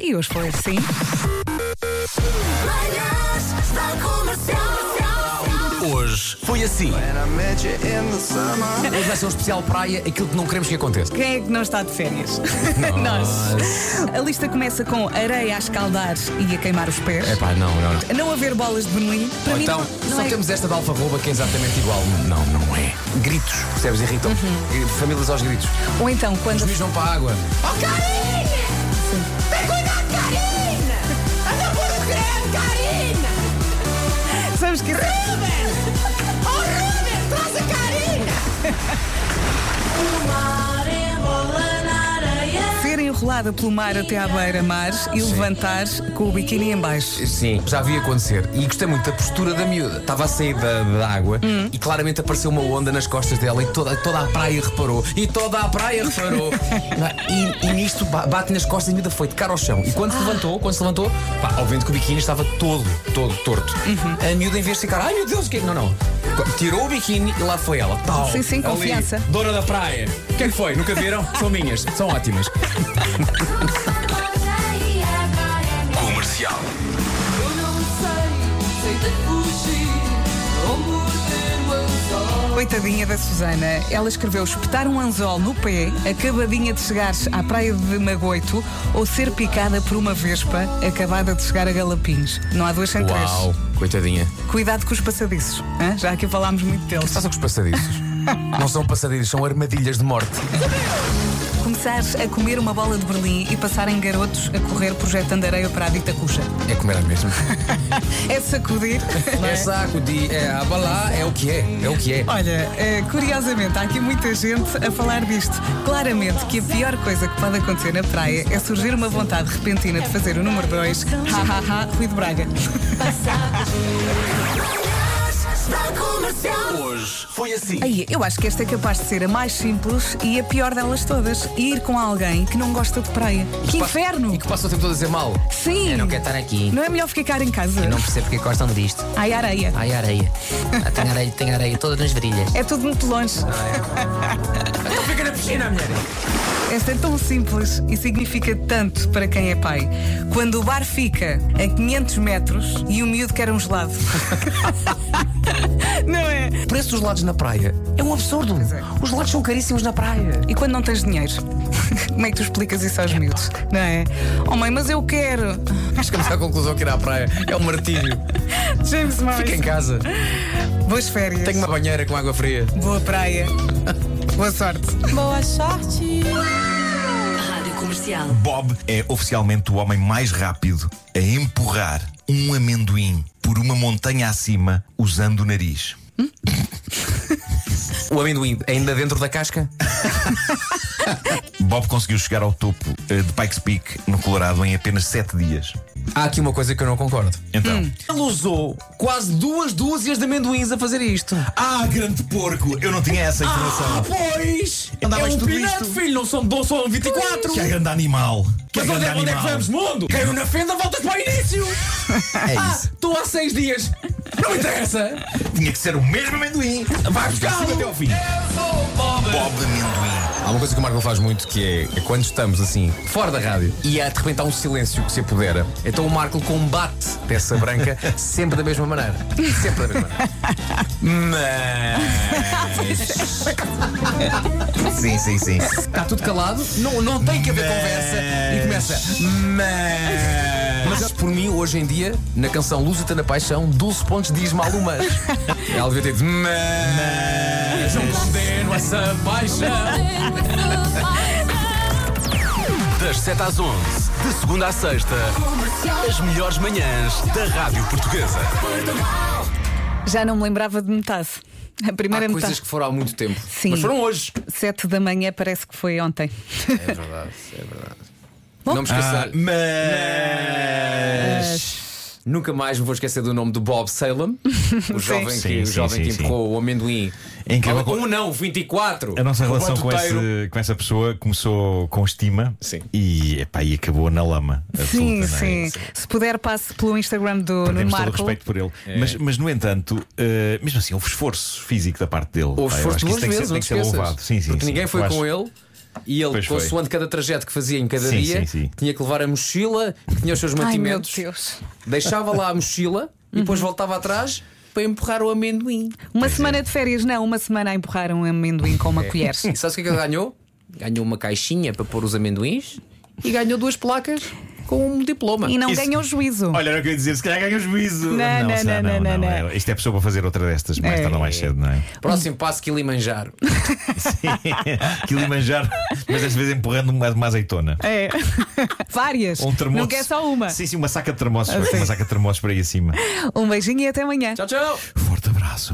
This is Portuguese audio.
E hoje foi assim. Manhãs da Comercial. Hoje foi assim. Hoje vai ser um especial praia, aquilo que não queremos que aconteça. Quem é que não está de férias? Nós. A lista começa com areia a escaldar e a queimar os pés. Epá, não, não, não. Não haver bolas de Berlim. Para Ou mim, então, não, só não é- temos esta de alfarroba que é exatamente igual. Não, não é. Gritos, percebes? Irritam. Uhum. Famílias aos gritos. Ou então, Os quando. miúdos vão para a água. Oh, Karine! Tem cuidado, Karine! Anda por o creme, Karine! Sabes que. Ruben! Oh, Ruben, traz a Karine! O mar embola na areia. Ser enrolada pelo mar até à beira-mar e levantar com o biquíni em baixo. Sim. Já vi acontecer. E gostei muito da postura da miúda. Estava a sair da, da água Hum. e claramente apareceu uma onda nas costas dela e toda, toda a praia reparou. E toda a praia reparou. é? e, e nisto ba- bate nas costas e a miúda foi de cara ao chão. E Ah. quando se levantou, quando se levantou, pá, obviamente que o biquíni estava todo, todo torto. Uhum. A miúda em vez de ficar, ai meu Deus, o que é que-" Não, não. Tirou o biquíni e lá foi ela. Tal, Sim, sim, ali, confiança. Dona da praia. O que é que foi? Nunca viram? São minhas. São ótimas. Comercial. Eu não sei, sei de fugir ou morder o anzol. Coitadinha da Susana. Ela escreveu espetar um anzol no pé, acabadinha de chegar à praia de Magoito ou ser picada por uma vespa acabada de chegar a Galapins. Não há duas sem três. Uau, coitadinha. Cuidado com os passadiços, hã? já aqui falámos muito deles. Faça com os passadiços. Não são passadiços, são armadilhas de morte. Começar a comer uma bola de Berlim e passarem garotos a correr projetando areia para a dita cuxa. É comer a mesma. É sacudir. É saco de é, abalar, é o que é, é o que é. Olha, eh, curiosamente, há aqui muita gente a falar disto. Claramente que a pior coisa que pode acontecer na praia é surgir uma vontade repentina de fazer o número 2, hahaha, Rui de Braga. Manhãs da Comercial. Hoje foi assim. Aí, eu acho que esta é capaz de ser a mais simples e a pior delas todas. Ir com alguém que não gosta de praia. Que inferno! E que passa o tempo todo a dizer mal. Sim! Eu não quero estar aqui. Não é melhor ficar em casa? Não percebo porque gostam disto. Ai, areia. Ai, areia. Ah, tem areia, tem areia, todas nas varilhas. É tudo muito longe. Ah, é? Então Fica na piscina, mulher. Esta é tão simples e significa tanto para quem é pai. Quando o bar fica a 500 metros e o miúdo quer um gelado. não é? O preço dos lados na praia é um absurdo. é. Os lados são caríssimos na praia. E quando não tens dinheiro? Como é que tu explicas isso aos miúdos? Não é? Oh mãe, mas eu quero. Chegamos à conclusão que ir à praia é um martírio. James Morris. Fica em casa. Boas férias. Tenho uma banheira com água fria. Boa praia. Boa sorte. Boa sorte. Bob é oficialmente o homem mais rápido a empurrar um amendoim por uma montanha acima usando o nariz. O amendoim ainda dentro da casca? Bob conseguiu chegar ao topo eh, de Pikes Peak, no Colorado, em apenas 7 dias. Há aqui uma coisa que eu não concordo. Então. Ele usou quase duas dúzias de amendoins a fazer isto. Ah, grande porco! Eu não tinha essa informação. Ah, pois! Andavas é um tudo pinete, isto? filho, não são 12, são 24. que é grande animal! Que é Mas grande onde, é- onde é que animal! vamos, mundo? Caiu na fenda, voltas para o início! É Ah, isso. estou há seis dias! Não interessa! Tinha que ser o mesmo amendoim! Vai um. Siga até ao fim! Bob Amendoim. Há uma coisa que o Marco faz muito que é, é quando estamos assim, fora da rádio, e há, de repente há um silêncio que se apodera. Então o Marco combate peça branca sempre da mesma maneira. Sempre da mesma maneira. Sim, sim, sim. Mas está Tá tudo calado, não, não tem que haver Mas- conversa e começa. Mas Mas. Mas por mim, hoje em dia, na canção Lusita na Paixão, 12 pontos diz mal umas. Ela devia ter dito, mas. Não condeno essa paixão. Das 7 às 11, de segunda à sexta, as melhores manhãs da Rádio Portuguesa. Já não me lembrava de metade. A primeira Há metade. coisas que foram há muito tempo. é Sim. Mas foram hoje. Sete da manhã parece que foi ontem. É verdade, é verdade. Não me esqueça. Ah, Mas. Nunca mais me vou esquecer do nome do Bob Salem, o jovem que, Sim, o sim, jovem sim, que sim. empurrou o amendoim. É incrível. Ou, ou não, 24. A nossa O relação com, batuteiro. esse- com essa pessoa começou com estima Sim. E, epá, e acabou na lama. Sim, absoluta, não é? sim. Se puder, passe pelo Instagram do Nuno Perdemos todo o Marco. respeito por ele. É. Mas, mas, no entanto, eh, mesmo assim, houve esforço físico da parte dele. Houve Pá, eu esforço acho que duas isso tem que vezes, ser, tem não que te ser esqueças. louvado. Sim, sim, Porque sim. ninguém foi Eu com acho- ele. E ele, Pois foi. consoante cada trajeto que fazia em cada Sim, dia, sim, sim. tinha que levar a mochila, que tinha os seus Ai meu mantimentos, Deus. deixava lá a mochila e depois voltava atrás para empurrar o amendoim. é. Uma semana de férias, não, uma semana a empurrar um amendoim com uma colher. E sabes o que é que ele ganhou? Ganhou uma caixinha para pôr os amendoins e ganhou duas placas com um diploma. E não Isso- ganham juízo. Olha, era o que eu ia dizer, se calhar ganha o juízo. Não, não, se calhar não, não, não. é- Isto é pessoa para fazer outra destas, mais É. tarde ou mais cedo, não é? Próximo passo, Kilimanjaro. Kilimanjaro, mas desta vez empurrando uma, uma azeitona. É. Várias. Ou um termoço. Não quer só uma. Sim, sim, uma saca de termoços. Ah, sim. Uma saca de termoços para aí acima. Um beijinho e até amanhã. Tchau, tchau! Forte abraço.